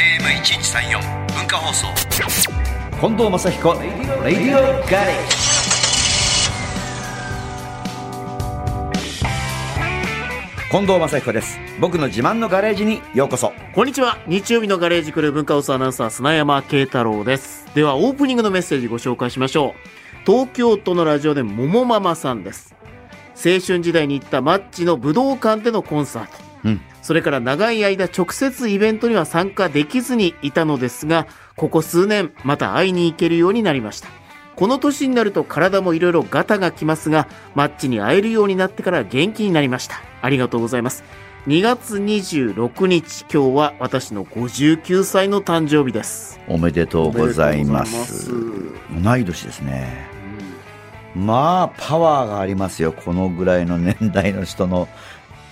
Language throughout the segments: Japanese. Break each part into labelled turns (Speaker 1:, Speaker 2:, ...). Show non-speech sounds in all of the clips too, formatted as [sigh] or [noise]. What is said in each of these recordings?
Speaker 1: FM1134 文化放送
Speaker 2: 近藤正彦レディオガレージ近藤正彦です僕の自慢のガレージにようこそ
Speaker 3: こんにちは。日曜日のガレージクルー文化放送アナウンサー、砂山慶太郎です。では、オープニングのメッセージご紹介しましょう。東京都のラジオで桃ママさんです。青春時代に行ったマッチの武道館でのコンサート。
Speaker 2: うん
Speaker 3: それから長い間直接イベントには参加できずにいたのですが、ここ数年また会いに行けるようになりました。この年になると体もいろいろガタがきますが、マッチに会えるようになってから元気になりました。ありがとうございます。2月26日、今日は私の59歳の誕生日です。
Speaker 2: おめでとうございます
Speaker 3: おめでとうござい
Speaker 2: 同い年ですねまあパワーがありますよこのぐらいの年代の人の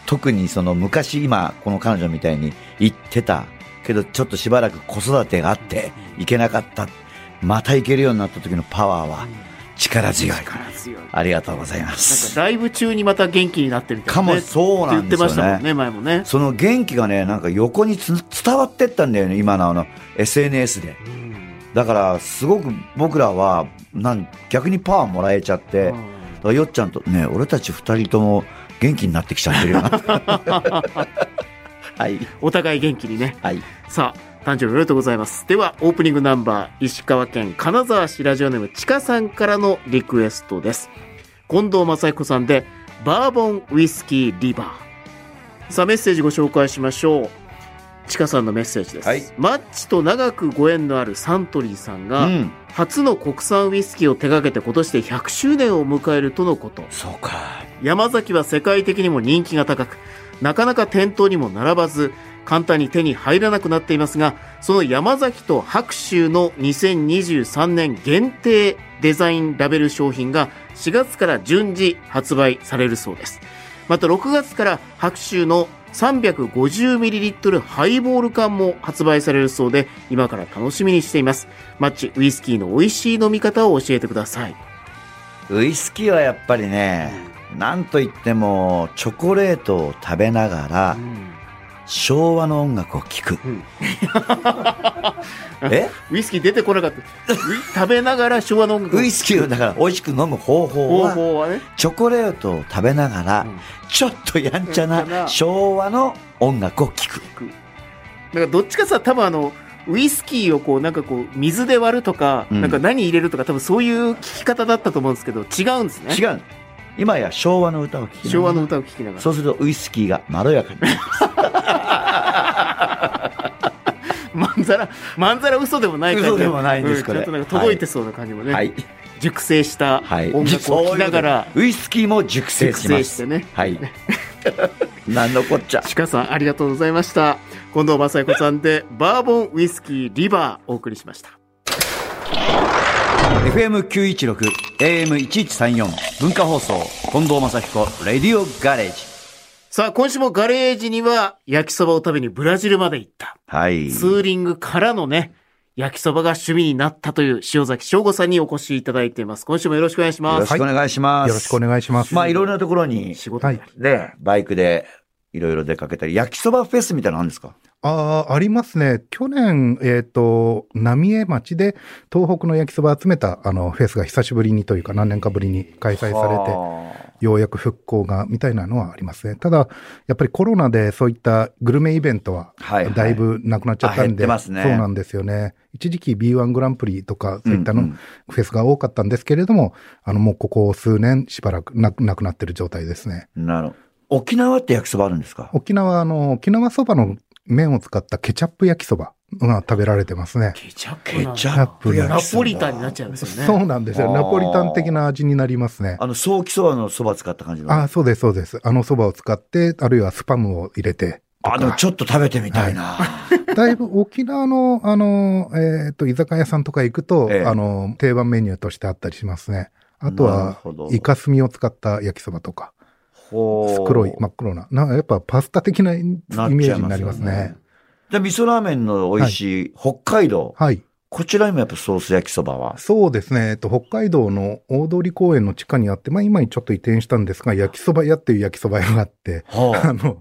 Speaker 2: 特にその昔今この彼女みたいに行ってたけどちょっとしばらく子育てがあって行けなかったまた行けるようになった時のパワーは力強い
Speaker 3: 力強い。なんか
Speaker 2: ありがとうございます
Speaker 3: ライブ中にまた元気になってるみたい
Speaker 2: か
Speaker 3: な、ね。
Speaker 2: もそう
Speaker 3: って
Speaker 2: な
Speaker 3: 言
Speaker 2: ん
Speaker 3: っ
Speaker 2: で
Speaker 3: て
Speaker 2: すよ
Speaker 3: ましたもん
Speaker 2: ね
Speaker 3: ね、前もね。
Speaker 2: その元気がねなんか横につ伝わってったんだよね今のあの SNS でだからすごく僕らはなん逆にパワーもらえちゃって、だからよっちゃんとね俺たち二人とも元気になってきちゃってる [laughs] よなはい
Speaker 3: お互い元気にね。
Speaker 2: はい
Speaker 3: さあ、誕生日おめでとうございます。では、オープニングナンバー、石川県金沢市ラジオネーム、ちかさんからのリクエストです。近藤正彦さんで、バーボンウイスキーリバー。さあ、メッセージご紹介しましょう。ちかさんのメッセージです。
Speaker 2: はい
Speaker 3: マッチと長くご縁のあるサントリーさん
Speaker 2: う
Speaker 3: が、
Speaker 2: ん
Speaker 3: 初の国産ウイスキーを手掛けて今年で100周年を迎えるとのこと。
Speaker 2: そうか
Speaker 3: 山崎は世界的にも人気が高くなかなか店頭にも並ばず簡単に手に入らなくなっていますがその山崎と白州の2023年限定デザインラベル商品が4月から順次発売されるそうですまた6月から白州の 350ml ハイボール缶も発売されるそうで今から楽しみにしていますマッチウイスキーの美味しい飲み方を教えてください
Speaker 2: ウイスキーはやっぱりねなんといってもチョコレートを食べながら昭和の音楽を聴く、
Speaker 3: うん
Speaker 2: [laughs] え
Speaker 3: ウイスキー出てこなかった。ウイ食べながら昭和の音楽を
Speaker 2: ウイスキーをだから美味しく飲む方法
Speaker 3: 方
Speaker 2: は
Speaker 3: 法はね。
Speaker 2: チョコレートを食べながら、
Speaker 3: うん
Speaker 2: ちょっとやんちゃ
Speaker 3: やんちゃ
Speaker 2: な
Speaker 3: な
Speaker 2: 昭和の音楽を聴く
Speaker 3: だからどっちかさ、多分あの、ウイスキーをこう、なんかこう、水で割るとか、
Speaker 2: うん
Speaker 3: なんか何入れるとか、多分そういう聞き方だったと思うんですけど、違うんですね。
Speaker 2: 違う今や昭和の歌を聴きながら
Speaker 3: 昭和の歌を聞きながら。
Speaker 2: そうするとウイスキーがまろやかになる
Speaker 3: まんざら、まんざら嘘でもない感じ。
Speaker 2: 嘘でもないんです
Speaker 3: う
Speaker 2: これ
Speaker 3: ちょっとなんか届いてそうな感じもね。
Speaker 2: はい
Speaker 3: 熟成した
Speaker 2: はい
Speaker 3: 音楽を聴きながら、
Speaker 2: ウイスキーも熟成
Speaker 3: 熟
Speaker 2: しま
Speaker 3: 成し
Speaker 2: す
Speaker 3: てね。
Speaker 2: はいなんのこっちゃ
Speaker 3: 鹿さん、ありがとうございました。近藤正彦さんで、バーボンウイスキーリバーお送りしました。
Speaker 2: FM916 AM1134 文化放送近藤正彦レディオガレージ
Speaker 3: さあ、今週もガレージには焼きそばを食べにブラジルまで行った。
Speaker 2: はい
Speaker 3: ツーリングからのね、焼きそばが趣味になったという塩崎翔吾さんにお越しいただいています。今週もよろしくお願いし
Speaker 2: よ
Speaker 3: ま
Speaker 2: ろし
Speaker 3: す。
Speaker 2: くお願いします、
Speaker 4: よろしくお願いします。
Speaker 2: まあいろいろなところに
Speaker 3: 仕事になり
Speaker 2: ねバイクでいろいろ出かけたり焼きそばフェスみたいなのあるんですか
Speaker 4: ああ、ありますね。去年、えっ、と、浪江町で東北の焼きそば集めたあのフェスが久しぶりにというか何年かぶりに開催されて、
Speaker 2: れ
Speaker 4: ようやく復興がみたいなのはありますね。ただ、やっぱりコロナでそういったグルメイベントは
Speaker 2: はいはい
Speaker 4: だいぶなくなっちゃったんで、
Speaker 2: あ減ってますね
Speaker 4: そうなんですよね。一時期 B1 グランプリとかそういったの、
Speaker 2: うんうん
Speaker 4: フェスが多かったんですけれども、あのもうここ数年しばらくななくなってる状態ですね。
Speaker 2: なるほど沖縄って焼きそばあるんですか
Speaker 4: 沖縄の沖縄そばの麺を使ったケチャップ焼きそばが食べられてますね。
Speaker 3: ケチャップ
Speaker 2: ケ
Speaker 3: なんだ
Speaker 2: チャップ焼
Speaker 3: ナ
Speaker 2: きそば
Speaker 3: ポリタンになっちゃうんですよね。
Speaker 4: そうなんですよ。
Speaker 2: あー
Speaker 4: ナポリタン的な味になりますね。
Speaker 2: あの、ソーキそばのそば使った感じの。
Speaker 4: ああ、そうです、そうです。あのそばを使って、あるいはスパムを入れて。
Speaker 2: あ、でもちょっと食べてみたいな。
Speaker 4: だいぶ沖縄の、 [laughs] あの、えっ、と、居酒屋さんとか行くと、
Speaker 2: ええ
Speaker 4: あの、定番メニューとしてあったりしますね。あと
Speaker 2: なる
Speaker 4: は
Speaker 2: ほど、
Speaker 4: イカスミを使った焼きそばとか、
Speaker 2: ほう
Speaker 4: 黒い、真っ黒な。なやっぱパスタ的なイメージに
Speaker 2: な
Speaker 4: なります
Speaker 2: っちゃいますよ
Speaker 4: ね。
Speaker 2: じゃあ味噌ラーメンの美味しい、北海道
Speaker 4: はい。
Speaker 2: こちらにもやっぱソース焼きそばは。
Speaker 4: そうですね。えっと、北海道の大通公園の地下にあって、まあ今にちょっと移転したんですが、焼きそば屋っていう焼きそば屋があって、 [laughs] あ
Speaker 2: はあ、
Speaker 4: の、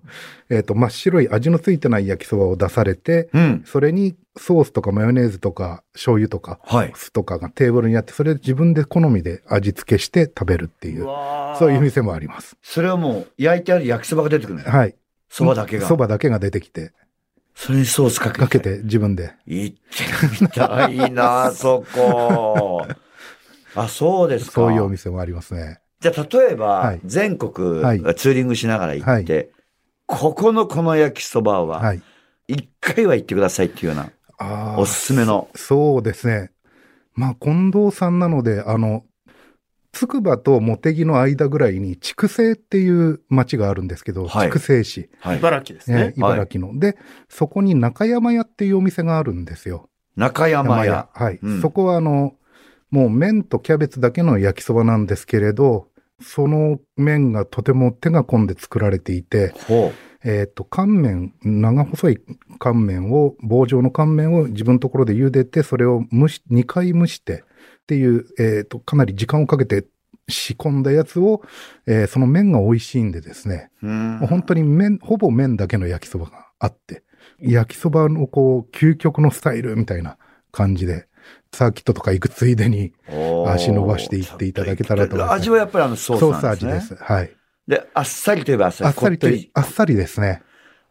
Speaker 4: えっと、真っ白い味のついてない焼きそばを出されて、
Speaker 2: うん。
Speaker 4: それにソースとかマヨネーズとか醤油とか、
Speaker 2: はい。
Speaker 4: 酢とかがテーブルにあって、それで自分で好みで味付けして食べるっていう、そういう店もあります。
Speaker 2: それはもう焼いてある焼きそばが出てくるのよ
Speaker 4: はい。
Speaker 2: そばだけが。
Speaker 4: そ。ばだけが出てきて、
Speaker 2: それにソースかけて。
Speaker 4: かけて自分で。
Speaker 2: 行ってみたいな、そ
Speaker 4: [laughs]
Speaker 2: こ。あ、そうですか。
Speaker 4: そういうお店もありますね。
Speaker 2: じゃあ、例えば
Speaker 4: はい、
Speaker 2: 全国、
Speaker 4: はい
Speaker 2: ツーリングしながら行って、ここのこの焼きそばは、
Speaker 4: はい。
Speaker 2: 一回は行ってくださいっていうような、
Speaker 4: あー
Speaker 2: おすすめの。
Speaker 4: そうですね。まあ、近藤さんなので、あの、つくばと茂木の間ぐらいに、筑西っていう町があるんですけど、
Speaker 2: はい
Speaker 4: 筑西市、
Speaker 2: はい。
Speaker 3: 茨城です
Speaker 4: ね
Speaker 3: ね。
Speaker 4: 茨城の、で、そこに中山屋っていうお店があるんですよ。
Speaker 2: 中山屋。
Speaker 4: はい、
Speaker 2: うん
Speaker 4: そこはあの、もう麺とキャベツだけの焼きそばなんですけれど、その麺がとても手が込んで作られていて、
Speaker 2: ほ
Speaker 4: えっ、と、乾麺、長細い乾麺を、棒状の乾麺を自分のところで茹でて、それを蒸し、2回蒸してっていう、えっ、と、かなり時間をかけて仕込んだやつを、えーその麺が美味しいんでですね、
Speaker 2: う。うん
Speaker 4: もう本当に麺、ほぼ麺だけの焼きそばがあって、焼きそばのこう、究極のスタイルみたいな感じで、サーキットとか行くついでに、
Speaker 2: おー
Speaker 4: 足伸ばして行っていただけたらと思います
Speaker 2: 味はやっぱりあのソ
Speaker 4: ソ
Speaker 2: ー
Speaker 4: ー
Speaker 2: ス
Speaker 4: ス
Speaker 2: なんです
Speaker 4: 味
Speaker 2: ね。
Speaker 4: です。はい。
Speaker 2: で、あっさりといえばあっさり。
Speaker 4: あっさりと
Speaker 2: こって
Speaker 4: い、あっさりですね。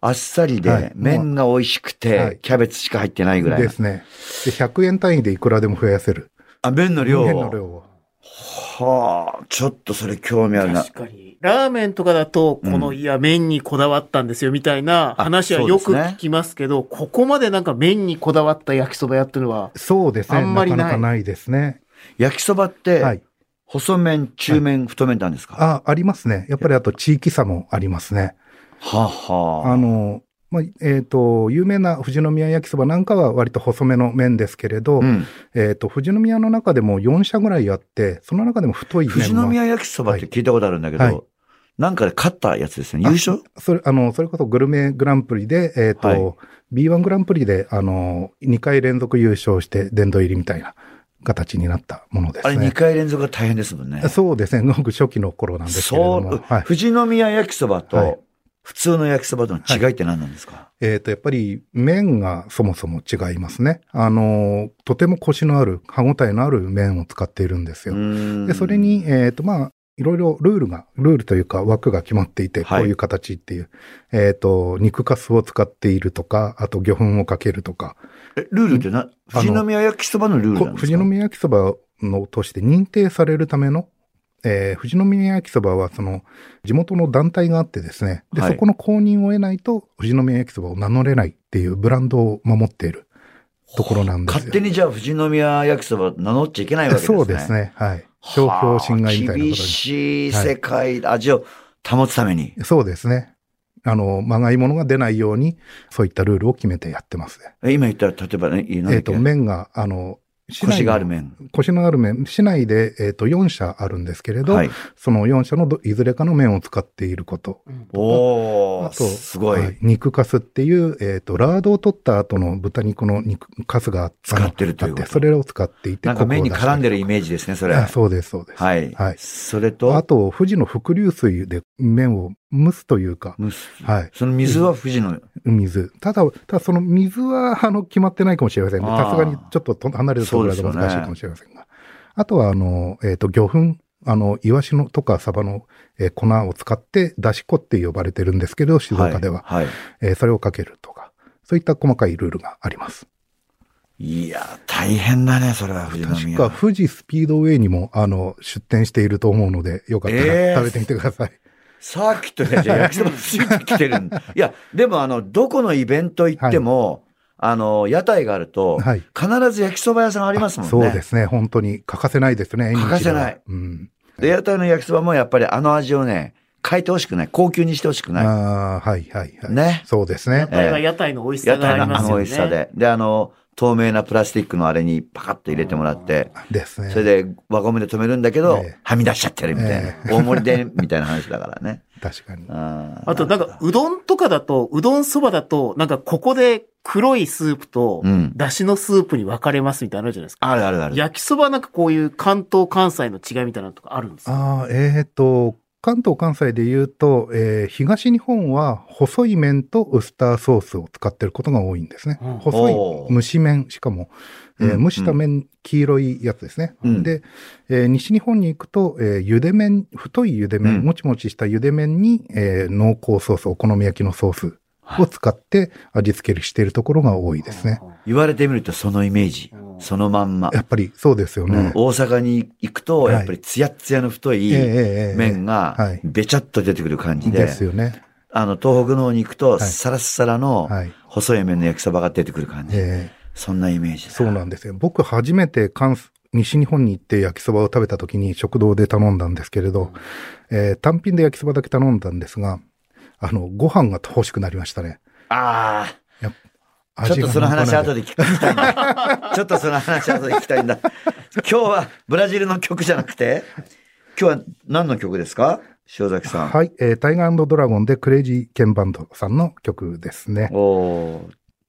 Speaker 2: あっさり
Speaker 4: は
Speaker 2: で
Speaker 4: い、
Speaker 2: 麺が美味しく
Speaker 4: は
Speaker 2: て
Speaker 4: い、
Speaker 2: キャベツしか入ってないぐらい
Speaker 4: で
Speaker 2: な。
Speaker 4: すね。で、100円単位でいくらでも増やせる。
Speaker 2: あ、麺の量
Speaker 4: 麺の
Speaker 2: を。
Speaker 4: 量を。
Speaker 2: はあ、ちょっとそれ興味あるな。
Speaker 3: 確かに。ラーメンとかだと、この、
Speaker 2: うん
Speaker 3: いや、麺にこだわったんですよ、みたいな
Speaker 2: あ
Speaker 3: 話は
Speaker 2: そうで
Speaker 3: よ
Speaker 2: す
Speaker 3: く
Speaker 2: ね
Speaker 3: 聞きますけど、ここまでなんか麺にこだわった焼きそば屋っていうのは、
Speaker 4: そうですね。
Speaker 3: あんまりない
Speaker 4: なかなかないですね。
Speaker 2: 焼きそばって、
Speaker 4: はい。
Speaker 2: 細麺、中麺、太麺なんですか
Speaker 4: あ、ありますね。やっぱりあと地域差もありますね。
Speaker 2: はあはあ。
Speaker 4: あの、まあ、えっ、と、有名な富士宮焼きそばなんかは割と細めの麺ですけれど、
Speaker 2: うん、
Speaker 4: えっ、と、富士宮の中でも4社ぐらいあって、その中でも太い麺
Speaker 2: 富士
Speaker 4: もあ
Speaker 2: 宮焼きそばって聞いたことあるんだけど、
Speaker 4: はい
Speaker 2: なんかで勝ったやつですよね。優勝
Speaker 4: それ、あの、それこそグルメグランプリで、えっ、と、
Speaker 2: はい
Speaker 4: B1 グランプリで、あの、2回連続優勝して殿堂入りみたいな形になったものです
Speaker 2: あ
Speaker 4: ね。
Speaker 2: れ2回連続が大変ですもんね。
Speaker 4: そうですね。ごく初期の頃なんですけれど
Speaker 2: そう
Speaker 4: も。、はい。
Speaker 2: 富士宮焼きそば
Speaker 4: はい
Speaker 2: と、普通の焼きそばとの違いって何なんですか、
Speaker 4: えっ、と、やっぱり麺がそもそも違いますね。あのー、とてもコシのある、歯応えのある麺を使っているんです
Speaker 2: う
Speaker 4: よ。
Speaker 2: ーん
Speaker 4: で、それ、に、えっ、と、まあ、いろいろルールが、ルールというか枠が決まっていて、こ
Speaker 2: はいう
Speaker 4: いう形っていう、えっ、と、肉かすを使っているとか、あと魚粉をかけるとか、
Speaker 2: えルールってな、富士宮焼きそばのルールなん
Speaker 4: こ
Speaker 2: ですか
Speaker 4: 富士宮焼きそばのとして認定されるための、えー富士宮焼きそばはその地元の団体があってですね、で、
Speaker 2: はい
Speaker 4: そこの公認を得ないと富士宮焼きそばを名乗れないっていうブランドを守っているところなんですよ。
Speaker 2: 勝手にじゃあ富士宮焼きそば名乗っちゃいけないわけですね。
Speaker 4: そうですね。はい。商標侵害みた
Speaker 2: はあ
Speaker 4: いなこと
Speaker 2: 厳
Speaker 4: に。
Speaker 2: しい世界、味を保つために。
Speaker 4: そうですね。あの、まがいものが出ないように、そういったルールを決めてやってますね。
Speaker 2: え今言ったら、例えばね、何
Speaker 4: え
Speaker 2: だ
Speaker 4: っ、
Speaker 2: っけ
Speaker 4: と、麺が、あの、市内の
Speaker 2: 腰がある。麺。
Speaker 4: 腰のある麺、市内で、えっ、と、4社あるんですけれど、
Speaker 2: はい。
Speaker 4: その4社のどいずれかの麺を使っていること。
Speaker 2: お
Speaker 4: あ
Speaker 2: ー、
Speaker 4: と
Speaker 2: すごい。
Speaker 4: はい肉かすっていう、えっ、と、ラードを取った後の豚肉の肉かすが
Speaker 2: 使ってるということ
Speaker 4: あのあそれを使っていて、
Speaker 2: なんか麺に絡んでるイ
Speaker 4: ージ
Speaker 2: メージですね、そ
Speaker 4: そ
Speaker 2: れ。
Speaker 4: あそうです、そうです。
Speaker 2: はい。
Speaker 4: はい
Speaker 2: それ
Speaker 4: あ
Speaker 2: と、
Speaker 4: と、富士の伏流水で麺を蒸すというか、
Speaker 2: 蒸す
Speaker 4: はい
Speaker 2: その水は富士の、
Speaker 4: 水。ただ、ただその水は、あの、決まってないかもしれませんね。
Speaker 2: あー
Speaker 4: さすがにちょっとと離れたところだと
Speaker 2: そうですよね
Speaker 4: 難しいかもしれませんが。あとは、あの、えっ、と、魚粉。あの、イワシのとかサバの、えー粉を使って、だし粉って呼ばれてるんですけど、静岡では。
Speaker 2: はい。は
Speaker 4: えーそれをかけるとか、そういった細かいルールがあります。
Speaker 2: い、いやー、大変だね、それは富士
Speaker 4: 確
Speaker 2: 宮。
Speaker 4: か富士スピードウェイにも、あの、出店していると思うので、よかった
Speaker 2: えー
Speaker 4: ら食べてみてください。
Speaker 2: サーキットでじゃあ焼きそばついてきてるんいや、でもあの、どこのイベント行っても、あの、屋台があると、
Speaker 4: はい。
Speaker 2: 必ず焼きそば屋さんありますもんね。
Speaker 4: そうですね。本当に欠かせないですね。縁日では
Speaker 2: 欠かせない。
Speaker 4: うん。
Speaker 2: で、屋台の焼きそばもやっぱりあの味をね、変えてほしくない。高級にしてほしくない。
Speaker 4: ああ、はいはいはい。
Speaker 2: ね。
Speaker 4: そうです
Speaker 3: 屋
Speaker 4: ね。
Speaker 3: 台が屋台の美味しさ
Speaker 2: 屋
Speaker 3: があ
Speaker 2: 台
Speaker 3: り
Speaker 2: の
Speaker 3: ま
Speaker 2: あ
Speaker 3: す
Speaker 2: の
Speaker 3: よ
Speaker 2: 美味
Speaker 3: ね。
Speaker 2: しさで。で、あの、透明なプラスチックのあれにパカッと入れてもらって、
Speaker 4: ですね。
Speaker 2: それで輪ゴムで止めるんだけど
Speaker 4: ええ、
Speaker 2: はみ出しちゃってるみたいな
Speaker 4: え。
Speaker 2: [laughs] 大盛りで、みたいな話だからね。
Speaker 4: 確かに。
Speaker 2: あ
Speaker 3: あとなんか、うどんとかだと、うどんそばだと、なんかここで黒いスープと
Speaker 2: う、ん。
Speaker 3: だしのスープに分かれますみたいなのあるじゃないですか。
Speaker 2: あるあるある。
Speaker 3: 焼きそばなんかこういう関東関西の違いみたいなのとかあるんですか
Speaker 4: ああ、えっ、と、関東、関西で言うと、えー東日本は細い麺とウスターソースを使ってることが多いんですね。
Speaker 3: うん
Speaker 4: 細い蒸し麺、しかも、えー
Speaker 2: うん
Speaker 4: 蒸した麺、黄色いやつですね。
Speaker 2: うん
Speaker 4: で、えー西日本に行くと、えーゆで麺、太いゆで麺、
Speaker 2: うん
Speaker 4: もちもちしたゆで麺に、えー濃厚ソース、お好み焼きのソースを使って味付けしているところが多いですね。。
Speaker 2: 言われてみるとそのイメージ
Speaker 3: う。ん
Speaker 2: そのまんま。
Speaker 4: やっぱりそうですよね。
Speaker 2: うん大阪に行くと、
Speaker 4: はい
Speaker 2: やっぱりツヤッツヤの太い
Speaker 4: ええええええ
Speaker 2: 麺
Speaker 4: は
Speaker 2: が
Speaker 4: い、
Speaker 2: べちゃっと出てくる感じで、
Speaker 4: ですよね。
Speaker 2: あの、東北の方に行くと、
Speaker 4: い
Speaker 2: サラッサラの
Speaker 4: はい。
Speaker 2: 細い麺の焼きそばが出てくる感じ。
Speaker 4: えー
Speaker 2: そんなイメージだ
Speaker 4: そうなんですよ。僕初めて関西日本に行って焼きそばを食べた時に食堂で頼んだんですけれど、えー単品で焼きそばだけ頼んだんですが、あの、ご飯が欲しくなりましたね。
Speaker 2: ああ、ちょっ
Speaker 4: 味が
Speaker 2: とその話後
Speaker 4: で。
Speaker 2: で聞きたいな。 [laughs] ちょっとその話後で聞きたいんだ。今日はブラジルの曲じゃなくて、今日は何の曲ですか塩崎さん。
Speaker 4: はい、えータイガードラゴンでクレイジーケンバンドさんの曲ですね。
Speaker 2: おー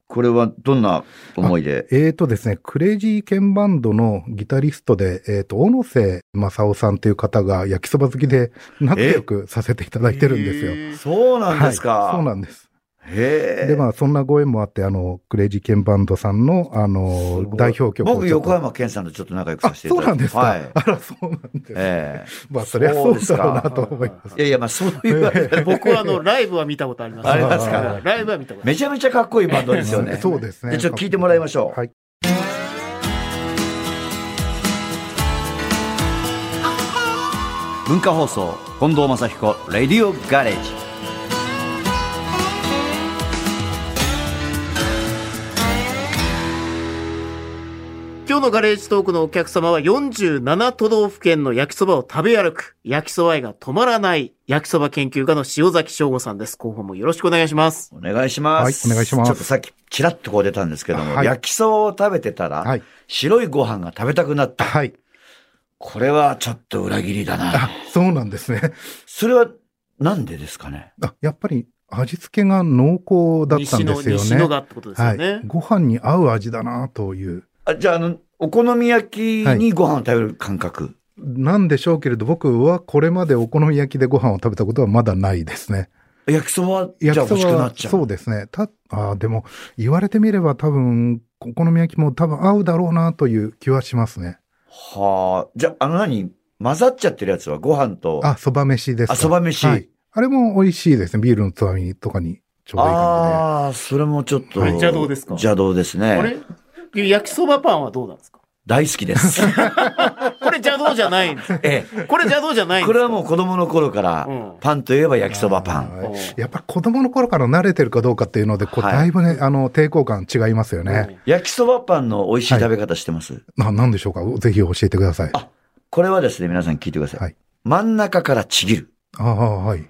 Speaker 2: これはどんな思いで
Speaker 4: えーとですね、クレイジーケンバンドのギタリストで、えーと、小野瀬正夫さんという方が焼きそば好きで仲良くさせていただいてるんですよ。
Speaker 3: す
Speaker 2: そうなんですか、
Speaker 4: はいそうなんです。
Speaker 2: へえ。
Speaker 4: で、まあ、そんなご縁もあって、あの、クレイジーケンバンドさんの、
Speaker 2: す
Speaker 4: あの
Speaker 2: ご、い
Speaker 4: 代表曲
Speaker 2: 僕、
Speaker 4: をちょっと
Speaker 2: 横。山健さんとちょっと仲良くさ
Speaker 4: あ、
Speaker 2: せてい
Speaker 4: そ
Speaker 2: た
Speaker 4: う
Speaker 2: だいて
Speaker 4: なんですか。
Speaker 2: はい。
Speaker 4: あら、そうなんです、ね。
Speaker 2: え
Speaker 4: まあ、そりゃそうだろうなと思います。
Speaker 2: えいやいや、まあそういうわけで
Speaker 3: 僕はあ [laughs] の、ライブは見たことあります。
Speaker 2: あります
Speaker 4: か
Speaker 3: ライブは見たことあり
Speaker 2: めちゃめちゃかっこいいバンドですよね。
Speaker 4: [laughs] そうですね。
Speaker 2: でちょっと聞いてもらいましょう
Speaker 4: はい。
Speaker 2: 文化放送、近藤正彦、レディオガレージ。
Speaker 3: ます。今日のガレージトークのお客様は47都道府県の焼きそばを食べ歩く、焼きそば愛が止まらない、焼きそば研究家の塩崎翔吾さんです。後半もよろしくお願いします。
Speaker 2: お願いします。
Speaker 4: はいお願いします
Speaker 2: ちょっとさっき、ちらっとこう出たんですけども、
Speaker 4: はい
Speaker 2: 焼きそばを食べてたら、
Speaker 4: はい
Speaker 2: 白いご飯が食べたくなった。
Speaker 4: はい。
Speaker 2: これはちょっと裏切りだ
Speaker 4: あ
Speaker 2: な。、
Speaker 4: そうなんですね。
Speaker 2: それは、なんでですかね
Speaker 4: あ、やっぱり、味付けが濃厚だった
Speaker 3: 西
Speaker 4: んで
Speaker 3: の、
Speaker 4: すよね。
Speaker 3: 西のがってことですよ
Speaker 4: はい
Speaker 3: ね。。
Speaker 4: ご飯に合う味だなという。
Speaker 2: あじゃあ、あの、お好み焼きにご飯を食べる感覚。
Speaker 4: なんでしょうけれど、僕はこれまでお好み焼きでご飯を食べたことはまだないですね。
Speaker 2: 焼きそばはじゃあ
Speaker 4: 焼きそ
Speaker 2: 欲しく
Speaker 4: ば
Speaker 2: な
Speaker 4: は
Speaker 2: っちゃう。
Speaker 4: そうですね。た、あーでも、言われてみれば多分、お好み焼きも多分合うだろうなという気はしますね。
Speaker 2: はあ。じゃあ、あの何混ざっちゃってるやつはご飯と、
Speaker 4: あ、そば飯ですか。
Speaker 2: あそば飯
Speaker 4: はい。あれも美味しいですね。ビールのつまみとかにちょうどいい感
Speaker 2: ああ、それもちょっと。
Speaker 3: はい邪道ですか
Speaker 2: 邪道です
Speaker 3: あ
Speaker 2: ね。
Speaker 3: れ焼きそばパンはどうなんですか
Speaker 2: 大好き
Speaker 3: [laughs]
Speaker 2: です。
Speaker 3: これ邪道じゃないんですか
Speaker 2: え
Speaker 3: これ邪道じゃない
Speaker 2: え。
Speaker 3: んです
Speaker 2: これはもう子供の頃から
Speaker 3: うん、
Speaker 2: パンといえば焼き
Speaker 4: じで。
Speaker 2: そばパン。
Speaker 4: はい。やっぱ子供の頃から慣れてるかどうかっていうので、こう、
Speaker 2: はい
Speaker 4: だいぶね、あの、抵抗感違いますよね。
Speaker 2: 焼きそばパンの美味しい食べ方してます、
Speaker 4: な、なんでしょうかぜひ教えてください。
Speaker 2: あこれはですね、皆さん聞いてください。
Speaker 4: はい
Speaker 2: 真ん中からちぎる。
Speaker 4: ああ、はい。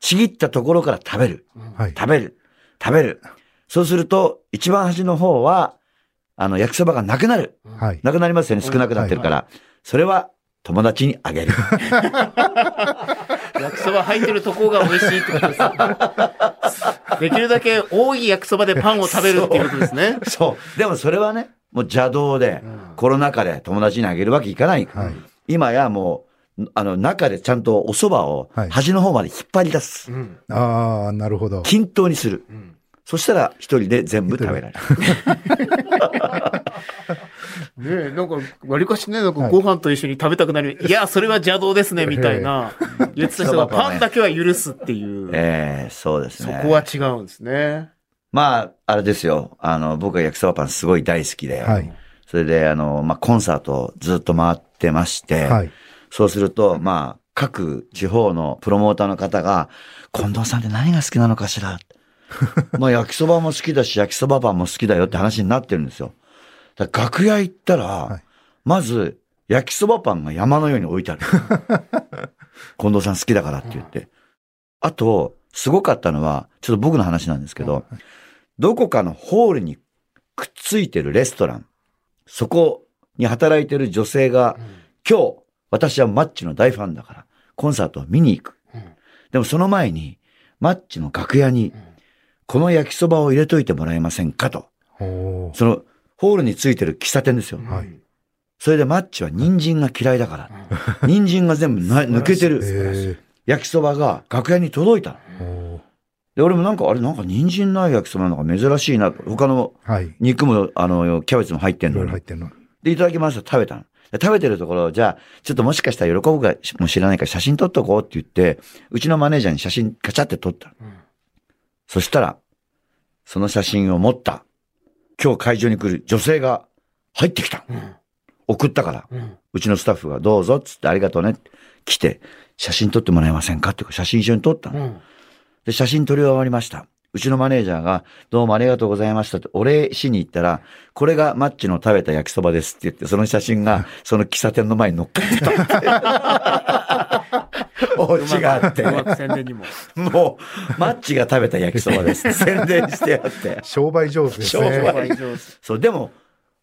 Speaker 2: ちぎったところから食べる。
Speaker 4: はい。
Speaker 2: 食べる。食べる。そうすると、一番端の方は、あの、焼きそばがなくなる。
Speaker 4: はい。
Speaker 2: なくなりますよね。少なくなってるから。それは友達にあげる。
Speaker 3: 焼きそば入ってるとこが美味しいってことです。
Speaker 2: [laughs]
Speaker 3: できるだけ多い焼きそばでパンを食べるっていうことですね。
Speaker 2: [laughs] そう。でもそれはね、もう邪道で、コロナ禍で友達にあげるわけいかない。
Speaker 4: はい
Speaker 2: 今やもう、あの、中でちゃんとお蕎麦を
Speaker 4: はい
Speaker 2: 端の方まで引っ張り出す。
Speaker 3: うん
Speaker 4: ああ、なるほど。
Speaker 2: 均等にする。そしたら一人で全部食べられる。
Speaker 3: ねえ、なんか、わりかしね、なんかご飯と一緒に食べたくなる。い、や、それは邪道ですね、みたいな。言ってた人がパンだけは許すっていう。
Speaker 2: ええそうです
Speaker 3: そ
Speaker 2: ね。
Speaker 3: こは違うんですね。
Speaker 2: まあ、あれですよ。あの、僕は焼きそばパンすごい大好きで。
Speaker 4: はい。
Speaker 2: それで、あの、まあ、コンサートをずっと回ってまして。
Speaker 4: はい。
Speaker 2: そうすると、まあ、各地方のプロモーターの方が、近藤さんって何が好きなのかしらまあ、焼きそばも好きだし、焼きそばパンも好きだよって話になってるんですよ。だから楽屋行ったら、
Speaker 4: い
Speaker 2: まず、焼きそばパンが山のように置いてある。近藤さん好きだからって言って。あと、すごかったのは、ちょっと僕の話なんですけど、どこかのホールにくっついてるレストラン、そこに働いてる女性が、今日、私はマッチの大ファンだから、コンサートを見に行く。
Speaker 3: うん
Speaker 2: でもその前に、マッチの楽屋に、この焼きそばを入れといてもらえませんかと。
Speaker 4: おー
Speaker 2: その、ホールについてる喫茶店ですよ。
Speaker 4: はい
Speaker 2: それでマッチは人参が嫌いだから。人参が全部な抜けて
Speaker 4: え
Speaker 2: る
Speaker 4: ー
Speaker 2: 焼きそばが楽屋に届いたの。
Speaker 4: おー
Speaker 2: で、俺もなんか、あれ、なんか人参ない焼きそばなんか珍しいなと。他の
Speaker 4: はい。い
Speaker 2: 肉も、あの、キャベツも入ってん
Speaker 4: ろ
Speaker 2: の
Speaker 4: い
Speaker 2: に
Speaker 4: ろ入。ってるの。
Speaker 2: で、いただきました。食べたの。で食べてるところ、じゃあ、ちょっともしかしたら喜ぶかもしれないから写真撮っとこうって言って、うちのマネージャーに写真カチャって撮ったの。そしたら、その写真を持った、今日会場に来る女性が入ってきた。送ったから、うちのスタッフがどうぞっつってありがとうねって来て、写真撮ってもらえませんかって写真一緒に撮った [laughs] の。で、写真撮り終わりました。うちのマネージャーが、どうもありがとうございましたってお礼しに行ったら、これがマッチの食べた焼きそばですって言って、その写真 [laughs] が、その喫茶店の前に乗っかってたって。 [laughs] オチがあって
Speaker 3: う、まく宣伝にも。
Speaker 2: [laughs] もう、マッチが食べた焼きそばですって宣伝してやって。
Speaker 4: 商売上手ですね。
Speaker 2: 商売そう、でも、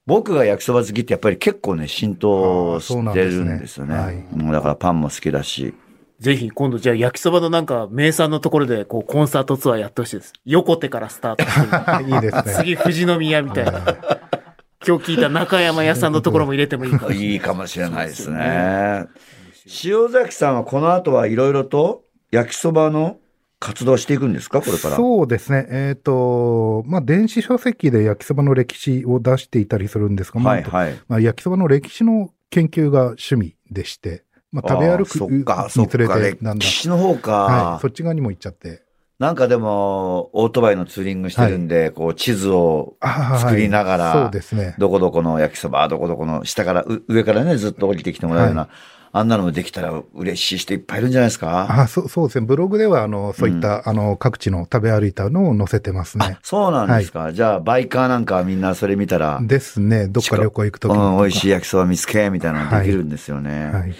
Speaker 2: 僕が焼きそば好きってやっぱり結構ね、浸透してるんですよね。
Speaker 4: あーそうなんです
Speaker 2: う
Speaker 4: ね
Speaker 2: んだからパンも好きだし。
Speaker 3: ぜひ今度じゃあ焼きそばのなんか名産のところでこうコンサートツアーやってほしいです。横手からスタートして
Speaker 4: [laughs] いいですね
Speaker 3: 次富士宮みたいな。今日聞いた中山屋さんのところも入れてもいいかもしれない
Speaker 2: [laughs] いいかもしれないですね。塩崎さんはこの後はいろいろと焼きそばの活動をしていくんですかこれから。
Speaker 4: そうですね。えっ、と、まあ、電子書籍で焼きそばの歴史を出していたりするんですが、まあ
Speaker 2: はいはい。
Speaker 4: まあ、焼きそばの歴史の研究が趣味でして、まあ、食べ歩
Speaker 2: あ
Speaker 4: く
Speaker 2: ーそっか、そっ
Speaker 4: につれ
Speaker 2: か。
Speaker 4: て、なん
Speaker 2: 歴
Speaker 4: だ、
Speaker 2: 史の方
Speaker 4: は
Speaker 2: か
Speaker 4: い、。そっち側にも行っちゃって。
Speaker 2: なんかでも、オートバイのツーリングしてるんで、こう、地図を
Speaker 4: あーはい
Speaker 2: 作りながら
Speaker 4: そうですね。
Speaker 2: どこどこの焼きそば、どこどこの下から、う上からね、ずっと降りてきてもらうような、あんなのもできたら嬉しい人いっぱいいるんじゃないですか。
Speaker 4: あそうそうですね。ブログでは、あの、そういった、あの、各地の食べ歩いたのを載せてますね。
Speaker 2: そうなんですか。じゃあ、バイカーなんかはみんなそれ見たら、
Speaker 4: ですね。どっか旅行行くとき
Speaker 2: うん、美味しい
Speaker 4: い。
Speaker 2: 焼きそば見つけ、みたいなのできるんですよね。、
Speaker 4: はいい。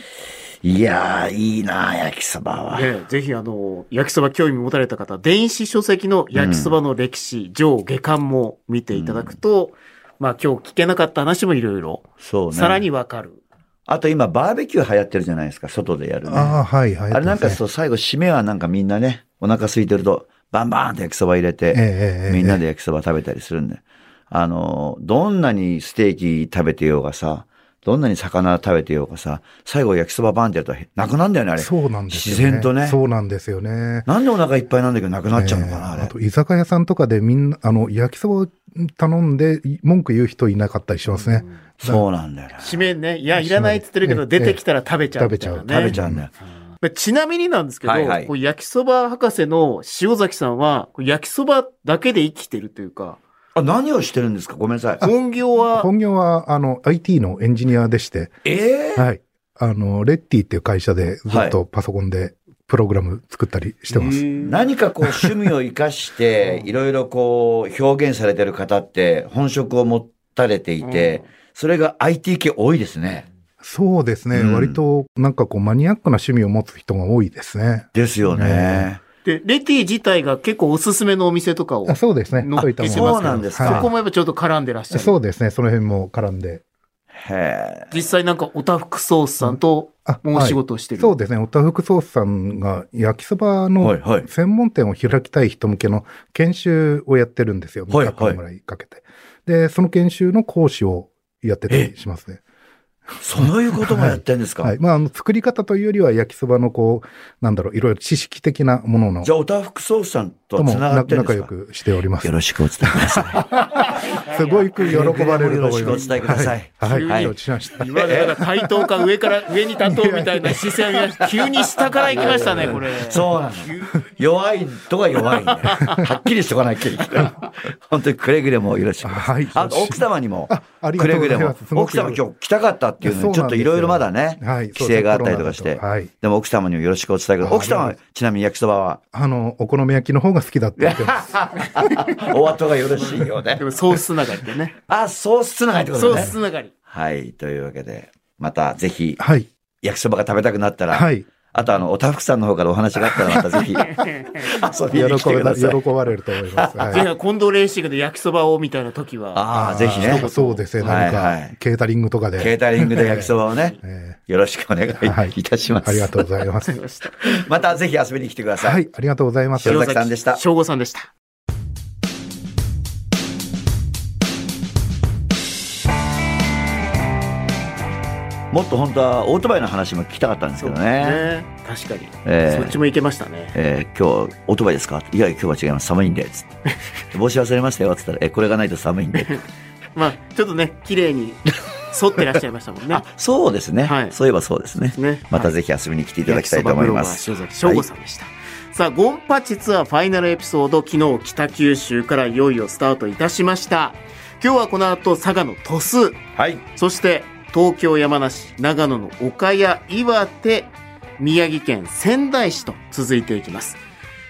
Speaker 2: やー、いいなー焼きそばは。
Speaker 3: ねえぜひあの、焼きそば興味持たれた方、電子書籍の焼きそばの歴史、上下巻も見ていただくと、まあ今日聞けなかった話もいろいろ、
Speaker 2: そうね。
Speaker 3: さらにわかる。
Speaker 2: あと今、バーベキュー流行ってるじゃないですか、外でやるね。
Speaker 4: ああ、はい、はい。
Speaker 2: あれなんか
Speaker 4: そう
Speaker 2: そう、最後、締めはなんかみんなね、お腹空いてると、バンバーンって焼きそば入れ
Speaker 4: ですね、
Speaker 2: て、
Speaker 4: ええええええ
Speaker 2: みんなで焼きそば食べたりするんで。あの、どんなにステーキ食べてようがさ、どんなに魚食べてようがさ、最後焼きそばバンってやると、なくなんだよね、あれ。
Speaker 4: そうなんですよ、ね。
Speaker 2: 自然とね
Speaker 4: そうなんですよね。
Speaker 2: なんでお腹いっぱいなんだけどなくなっちゃうのかな、あ
Speaker 4: ええ
Speaker 2: れ。
Speaker 4: と、居酒屋さんとかでみんな、あの、焼きそばを頼んで、い文句言う人いなかったりしますね。
Speaker 2: そうなんだよね。
Speaker 3: 紙面ね、いや、いらないって言ってるけど、
Speaker 4: 締め
Speaker 3: 出てきたら食べちゃうみたいなね。
Speaker 4: 食
Speaker 2: 食べちゃうんだよ。
Speaker 3: まあちなみになんですけど、
Speaker 2: はいはい
Speaker 3: こう焼きそば博士の塩崎さんは、こう焼きそばだけで生きてるというか、
Speaker 2: あ、何をしてるんですかごめんなさい。
Speaker 3: 本業は、
Speaker 4: 本業は、あの、IT のエンジニアでして、
Speaker 2: ええ
Speaker 4: はい。あの、レッティっていう会社でずっとパソコンでプログラム作ったりしてます。
Speaker 2: 何かこう趣味を生かして、いろいろこう表現されてる方って本職を持たれていて、それが IT 系多いですね。
Speaker 4: そうですね。
Speaker 2: うん
Speaker 4: 割と、なんかこう、マニアックな趣味を持つ人が多いですね。
Speaker 2: ですよね。
Speaker 3: で、レティ自体が結構おすすめのお店とかを、
Speaker 4: あそうですね。
Speaker 3: 乗っ
Speaker 4: そういったもの
Speaker 3: けてますけど
Speaker 2: そうなんですか
Speaker 4: はい
Speaker 3: そこもやっぱちょっと絡んでらっしゃ
Speaker 4: そ
Speaker 3: る。
Speaker 4: うですね。その辺も絡んで。
Speaker 2: へえ。
Speaker 3: 実際なんかオタフクソースさんと
Speaker 4: あ、
Speaker 3: もうお仕事をして
Speaker 4: はい
Speaker 3: る。
Speaker 4: そうですね。オタフクソースさんが焼きそば
Speaker 2: はい
Speaker 4: の
Speaker 2: はい。
Speaker 4: 専門店を開きたい人向けの研修をやってるんですよ。
Speaker 2: はいはい
Speaker 4: 3日間ぐらいかけて。で、その研修の講師をやってたりしますね。
Speaker 2: そういうこともやってんですか、
Speaker 4: はい。まあ、あの、作り方というよりは焼きそばのこう、なんだろう、いろいろ知識的なものの。
Speaker 2: じゃあ、オタフクソースさんと
Speaker 4: と
Speaker 2: は
Speaker 4: も
Speaker 2: 繋が
Speaker 4: な
Speaker 2: ってるんで
Speaker 4: 仲
Speaker 2: す
Speaker 4: 良
Speaker 2: か
Speaker 4: くしております
Speaker 2: よ。ろしくお伝えくださ
Speaker 4: すごい喜ばれると思い
Speaker 2: よろ
Speaker 4: ま
Speaker 2: し
Speaker 4: す。
Speaker 2: くお伝えください
Speaker 4: はい。
Speaker 2: は
Speaker 4: はいい。承知しました。
Speaker 3: 今までなんか対等か上から、上に立とうみたいな視線を見ました。急に下から行きましたね、これ。
Speaker 2: い。そうなの。弱いとは弱いんで。はっきりしとかなきゃいけない。本当にくれぐれもよろしく。
Speaker 4: はい
Speaker 2: あと、奥様にも。
Speaker 4: あ、ありが
Speaker 2: く
Speaker 4: と
Speaker 2: れぐ
Speaker 4: うござ
Speaker 2: れ
Speaker 4: いま
Speaker 2: も
Speaker 4: す。。
Speaker 2: 奥様今日来たかったっていうのに、ちょっといろいろまだね、
Speaker 4: はい
Speaker 2: 規制があったりとかし
Speaker 4: そう
Speaker 2: て
Speaker 4: ですねコロナだと。はい
Speaker 2: でも奥様にもよろしくお伝えください。
Speaker 4: あ
Speaker 2: 奥様
Speaker 4: あ
Speaker 2: は
Speaker 4: りがとうございま
Speaker 2: ちなみに焼きそば
Speaker 4: [laughs]
Speaker 2: は、
Speaker 4: あの、お好み焼きの方が好きだって言っ
Speaker 2: [laughs]
Speaker 4: てます。
Speaker 2: お後がよろしいようで
Speaker 4: [laughs]
Speaker 3: で。もソースつながりでね。
Speaker 2: あ、ソースつながりってこと
Speaker 3: ソー
Speaker 2: ね
Speaker 3: ス。つながり。
Speaker 2: はい、というわけで、またぜひ、
Speaker 4: はい。
Speaker 2: 焼きそばが食べたくなったら、
Speaker 4: はい。
Speaker 2: あとあの、おたふくさんの方からお話があったらまたぜひ、遊
Speaker 4: [laughs]
Speaker 2: びに来
Speaker 4: 喜
Speaker 2: てくだ
Speaker 4: ば
Speaker 2: さい。
Speaker 4: 喜ばれると思います。
Speaker 3: ぜ
Speaker 4: はい。
Speaker 3: ひ、近藤レーシングで焼きそばをみたいな時は、
Speaker 2: ああ、ぜひね
Speaker 4: あ、そうですね。
Speaker 2: は
Speaker 4: 何
Speaker 2: いは
Speaker 4: か
Speaker 2: い、
Speaker 4: ケータリングとかで。
Speaker 2: ケータリングで焼きそばをね、
Speaker 4: え
Speaker 2: よろしくお願いいたします。
Speaker 4: ーありがとうございます。
Speaker 2: またぜひ遊びに来てください。
Speaker 4: はい。ありがとうございます。
Speaker 2: 塩崎さんでした。
Speaker 3: 省吾さんでした。
Speaker 2: もっと本当はオートバイの話も聞きたかったんですけどね。
Speaker 3: 確かに、
Speaker 2: ええ
Speaker 3: そっちもいけましたね
Speaker 2: えー今日、オートバイですかいや、今日は違います。寒いんで。つ [laughs] って。帽子忘れましたよ。つったら、え、これがないと寒いんで。
Speaker 3: まあちょっとね綺麗に沿ってらっしゃいましたもんね
Speaker 2: [laughs] あ、そうですね。
Speaker 3: はい
Speaker 2: そういえばそうですね。
Speaker 3: ね
Speaker 2: また
Speaker 3: はい
Speaker 2: ぜひ遊びに来ていただきたいと思います。
Speaker 3: 焼きそばブロガー塩崎翔吾さんでした、さあゴンパチツアーファイナルエピソード昨日北九州からいよいよスタートいたしました今日はこの後佐賀の鳥栖
Speaker 2: はい。
Speaker 3: そして東京山梨長野の岡谷岩手宮城県仙台市と続いていきます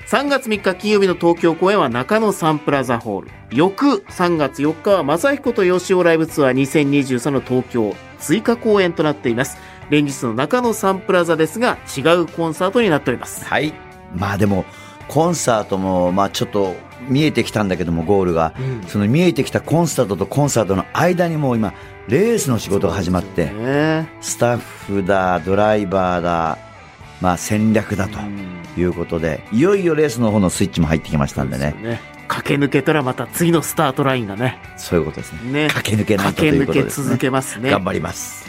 Speaker 3: 3月3日金曜日の東京公演は中野サンプラザホール翌3月4日は正彦と吉尾ライブツアー2023の東京追加公演となっています連日の中野サンプラザですが違うコンサートになっております
Speaker 2: はい。まあでも、コンサートも、まあちょっと見えてきたんだけども、ゴールが。その見えてきたコンサートとコンサートの間にもう今、レースの仕事が始まって、
Speaker 3: そうですよね
Speaker 2: スタッフだ、ドライバーだ、まあ戦略だということで、いよいよレースの方のスイッチも入ってきましたんでね。
Speaker 3: そうですよ駆け抜けたらまた次のスタートラインがね
Speaker 2: そういうことですね。
Speaker 3: [laughs] ね
Speaker 2: 駆け抜けないとと
Speaker 3: 駆
Speaker 2: い
Speaker 3: け
Speaker 2: うこと
Speaker 3: 抜け
Speaker 2: です、ね。
Speaker 3: 続けますね
Speaker 2: 頑張ります。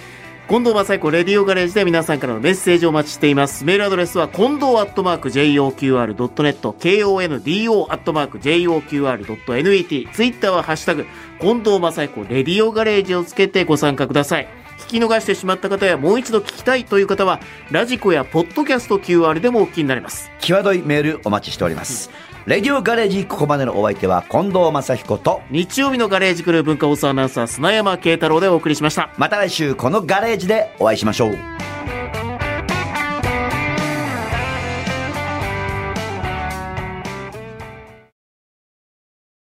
Speaker 3: 近藤正彦レディオガレージで皆さんからのメッセージをお待ちしていますメールアドレスは近藤アットマーク JOQR.net KONDO アットマーク JOQR.net ツイッターはハッシュタグ近藤正彦レディオガレージをつけてご参加ください聞き逃してしまった方やもう一度聞きたいという方はラジコやポッドキャスト QR でもお聞きになれます
Speaker 2: 際どいメールお待ちしております。レディオガレージここまでのお相手は近藤正彦と、
Speaker 3: 日曜日のガレージクルー文化放送アナウンサー砂山慶太郎でお送りしました
Speaker 2: また来週このガレージでお会いしましょう。